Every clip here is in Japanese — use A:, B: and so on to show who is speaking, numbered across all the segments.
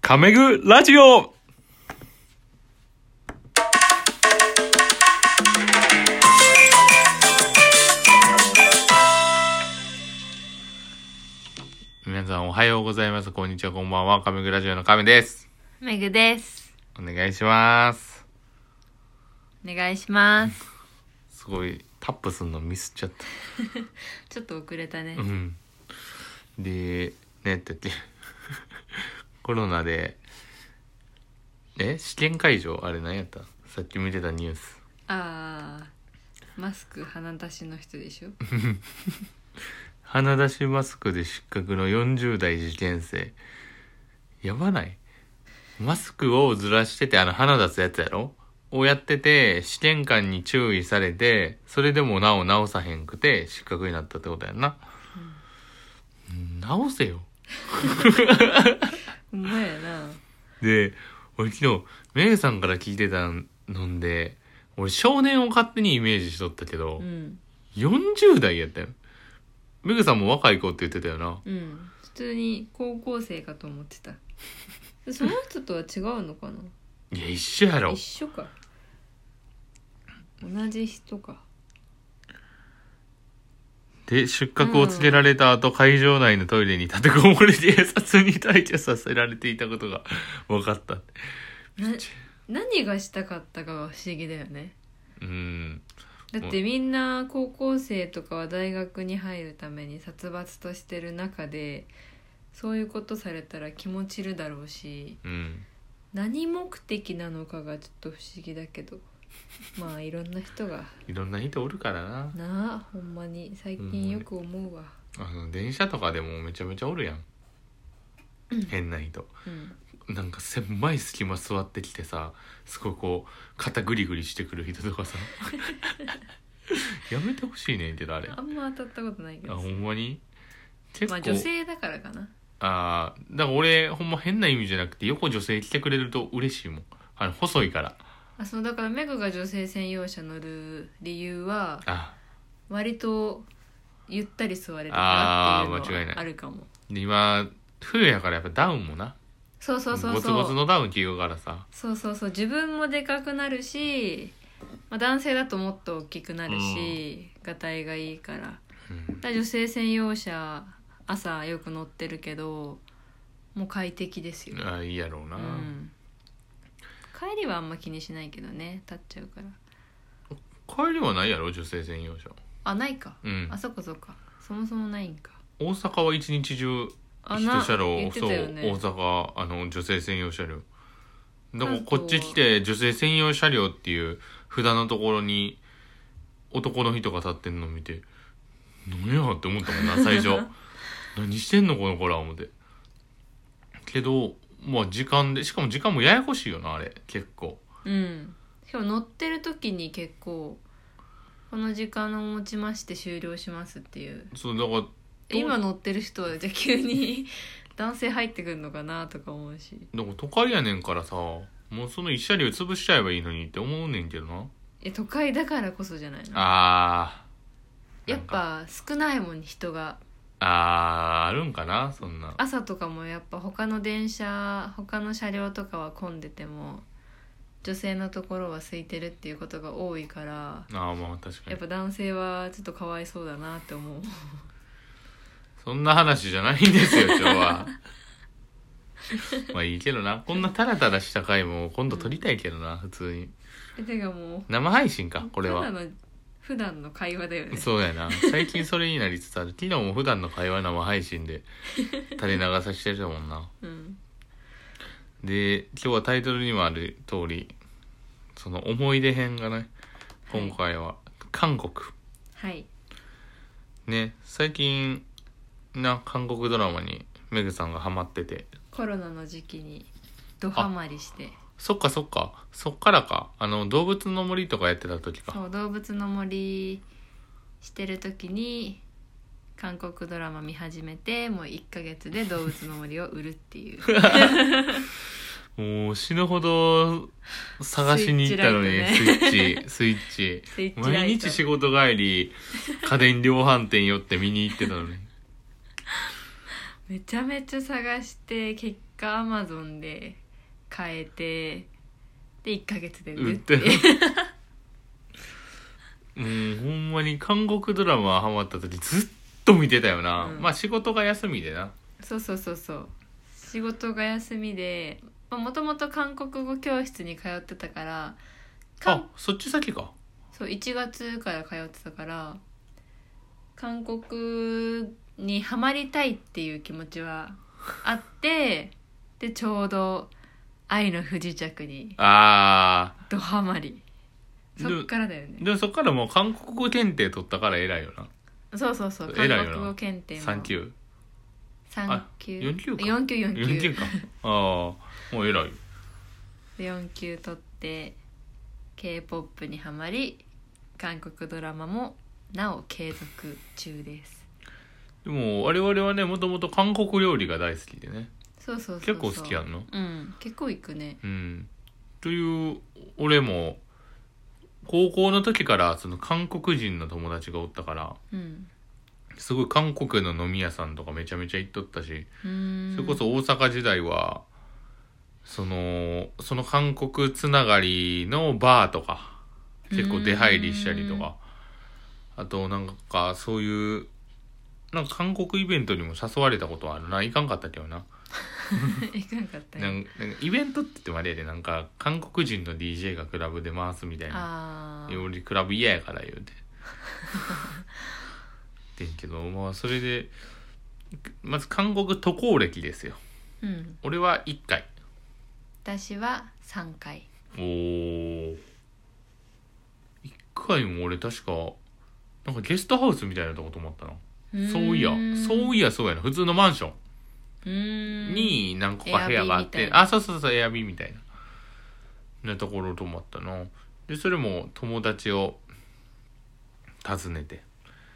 A: カメグラジオ皆さんおはようございます。こんにちは、こんばんは。カメグラジオのカメです。
B: めぐです。
A: お願いします。
B: お願いします。
A: すごい、タップするのミスっちゃった。
B: ちょっと遅れたね
A: う。ん。で、ねってって、 コロナで、え試験会場あれ何やったさっき見てたニュース。
B: ああ、マスク鼻出しの人でしょ。
A: 鼻出しマスクで失格の40代受験生。やばないマスクをずらしてて、あの鼻出すやつやろをやってて、試験官に注意されて、それでもなお直さへんくて失格になったってことやんな。直せよ。
B: ほんまやな。
A: で俺昨日メイさんから聞いてたのんで俺少年を勝手にイメージしとったけど、
B: うん、
A: 40代やったよメグさんも若い子って言ってたよな
B: うん、普通に高校生かと思ってた。その人とは違うのか
A: いや一緒や
B: な。
A: ろ
B: 一緒か。同じ人か。
A: で出格を告げられた後、会場内のトイレに立てこもりで警察に退去させられていたことが分かった
B: な、何がしたかったかが不思議だよね。
A: うん
B: だってみんな高校生とかは大学に入るために殺伐としてる中でそういうことされたら気持ちるだろうし
A: うん
B: 何目的なのかがちょっと不思議だけど まあいろんな人が
A: いろんな人おるからな
B: なあほんまに最近よく思うわ、
A: あの電車とかでもめちゃめちゃおるやん変な人
B: うん、
A: なんか狭い隙間座ってきてさすごいこう肩グリグリしてくる人とか さやめてほしいねんけどあれ
B: あんま当たったことないけ
A: あ
B: ど
A: ほんまに結
B: ま
A: 構、
B: あ女性だからかな
A: あーだから俺ほんま変な意味じゃなくて横女性来てくれると嬉しいもんあの細いから
B: あそうだからメグが女性専用車乗る理由は
A: あ
B: 割とゆったり座れるからっていうのはあるかも
A: で今冬やからやっぱダウンもな
B: そうそうそうそう
A: ゴツゴツのダウン着るからさ
B: そうそうそう自分もでかくなるし、まあ、男性だともっと大きくなるし、がたいがいいからだか
A: うん
B: ら女性専用車朝よく乗ってるけどもう快適ですよ、
A: あいいやろう
B: う
A: な、
B: ん、帰りはあんま気にしないけどね立っちゃうから
A: 帰りはないやろ女性専用車
B: あないか、
A: うん
B: あそこそっかそもそもないんか
A: 大阪は一日中
B: あな
A: 一車
B: 言
A: 両
B: って
A: そう
B: たよ
A: 大
B: ね
A: 阪あの女性専用車両だから
B: 関
A: こ
B: 東
A: っち来て女性専用車両っていう札のところに男の人が立ってんの見て何やって思ったもんな最 初何してんのこの子ら思ってけどまあ時間でしかも時間もややこしいよなあれ結構
B: うんしかも乗ってる時に結構この時間を持ちまして終了しますっていう
A: そうだからどう
B: 今乗ってる人はじゃあ急に 男性入ってくるのかなとか思うし
A: だから都会やねんからさもうその一車両潰しちゃえばいいのにって思うねんけどな
B: え都会だからこそじゃないの
A: あー
B: やっぱ少ないもん人が
A: あーあるんかなそんな
B: 朝とかもやっぱ他の電車他の車両とかは混んでても女性のところは空いてるっていうことが多いから
A: ああまあ確か
B: や
A: に
B: っぱ男性はちょっとかわいそうだなって 思う
A: そんな話じゃないんです よ今日はまあいいけどなこんなタラタラした回も今度撮りたいけどな、普通に
B: えてかもう
A: 生配信かこれ
B: た
A: は
B: だの普段の会話だよね
A: そうやな最近それになりつつある昨日も普段の会話生配信 で垂れ流させてるもんな
B: うん
A: で今日はタイトルにもある通りその思い出編がね今回は韓国、
B: はい
A: ね最近な韓国ドラマにメグさんがハマってて
B: コロナの時期にドハマりして
A: そっかそっかそっからかあの動物の森とかやってた時か
B: そう動物の森してる時に韓国ドラマ見始めてもう1ヶ月で動物の森を売るっ ていう
A: もう死ぬほど探しに行ったのにス
B: ス
A: イッチスイッ チ
B: スイッチラ
A: 毎
B: イ
A: 日
B: ト
A: 仕事帰り家電量販店寄って見に行ってたのに
B: めちゃめちゃ探して結果アマゾンで買えてで1ヶ月で売
A: 売
B: る
A: っ
B: って
A: て
B: いう
A: るうんほんまに韓国ドラマハマった時ずっと見てたよな、
B: うん
A: まあ仕事が休みでな
B: そうそうそうそう仕事が休みでもともと韓国語教室に通ってたから韓
A: あそっち先か
B: そう1月から通ってたから韓国にハマりたいっていう気持ちはあってでちょうど「愛の不時着」に
A: あ
B: ドハマり
A: で
B: そっからだよ
A: ー
B: ね
A: でもそっからもう韓国語検定取ったから偉いよな
B: そうそうそう
A: 偉い
B: 韓
A: よな
B: 国語検定の
A: 3級
B: 3級
A: あ4級か
B: 4級4級
A: 4級かああもう偉いよ
B: 4級取って k p o p にはまり韓国ドラマもなお継続中です
A: でも我々はねもともと韓国料理が大好きでね
B: そうそうそう
A: 結
B: そう
A: 構好きやんの
B: うん結構行くね
A: うんという俺も高校の時からその韓国人の友達がおったから
B: うん
A: すごい韓国の飲み屋さんとかめちゃめちゃ行っとったし
B: うーん
A: それこそ大阪時代はそのその韓国つながりのバーとか結構出入りしたりとかあとなんかそういうなんか韓国イベントにも誘われたことはあるないかんかったけどな
B: 行かなかった
A: なんなんかイベントって言ってもあれやでなんか韓国人の DJ がクラブで回すみたいな
B: ああ
A: よりクラブ嫌やから言う てでんけどまあそれでまず韓国渡航歴ですよ
B: うん
A: 俺は1回
B: 私は3回
A: おー1回も俺確かなんかゲストハウスみたいなとこ泊まったなそういやそうい
B: や
A: やそうやな普通のマンション
B: に
A: に何個か部屋があっ
B: エアビーみた
A: て
B: いな
A: あそうそうそうエアビーみたいななところ泊まったなでそれも友達を訪ねて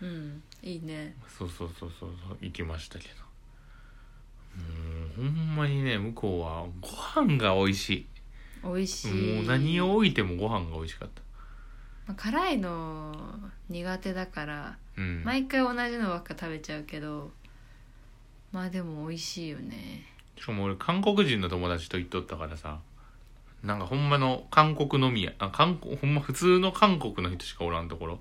B: うんいいね
A: そうそうそうそうそう行きましたけどもうほんまにね向こうはご飯が美味し
B: 美味
A: い
B: しい
A: もう何を置いてもご飯が美味しかった
B: まあ辛いの苦手だから
A: うん
B: 毎回同じのばっか食べちゃうけどまあでも美味しいよね
A: しかも俺韓国人の友達と行っとったからさなんかほんまの韓国飲み屋あ韓国ほんま普通の韓国の人しかおらんところ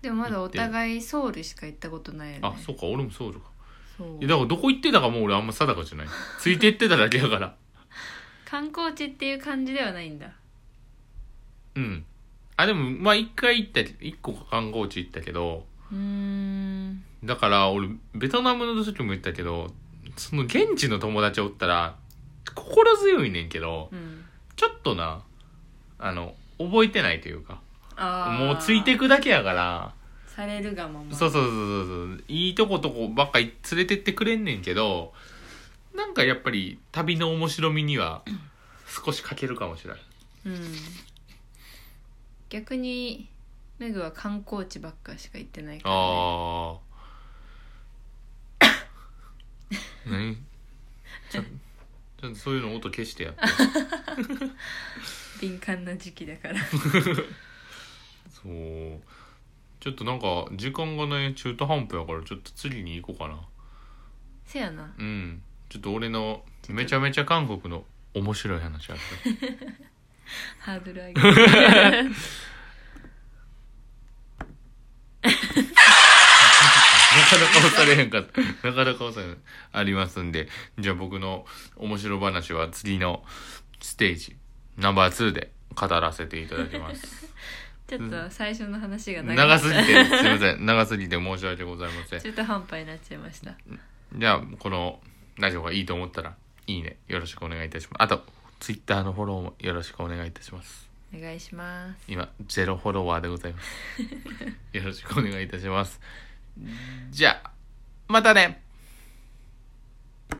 B: でもまだお互いソウルしか行ったことないよね
A: あそうか俺もソウルか
B: そう
A: いやだからどこ行ってたかもう俺あんま定かじゃないついて行ってただけやから
B: 観光地っていう感じではないんだ
A: うんあでもまあ一回行った一個観光地行ったけど
B: うーん
A: だから俺ベトナムの時も言ったけどその現地の友達おったら心強いねんけど
B: うん
A: ちょっとなあの覚えてないというか
B: あー
A: もうついてくだけやから
B: されるがまま
A: そうそうそうそうそういいとことこばっかり連れてってくれんねんけどなんかやっぱり旅の面白みには少し欠けるかもしれない
B: うん逆にメグは観光地ばっかしか行ってないから、ね、
A: ああ 何ちょちょっとそういうの音消してやって
B: 敏感な時期だから
A: そうちょっとなんか時間がね中途半端やからちょっと次に行こうかな
B: せやな
A: うんちょっと俺のめちゃめちゃ韓国の面白い話あった
B: ハードル上げて
A: なかなか押されへんかった。なかなか押されへん。ありますんで。じゃあ僕の面白話は次のステージ、ナンバー2で語らせていただきます。
B: ちょっと最初の話が
A: 長
B: い
A: すぎて、すいません。長すぎて申し訳ございませ ん。
B: 中途半端になっちゃいました
A: じゃあ、このラジオがいいと思ったら、いいね。よろしくお願いいたします。あと、ツイッターのフォローもよろしくお願いいたします。
B: お願いします
A: 今、ゼロフォロワーでござ います。よろしくお願いいたします。じゃあ、またね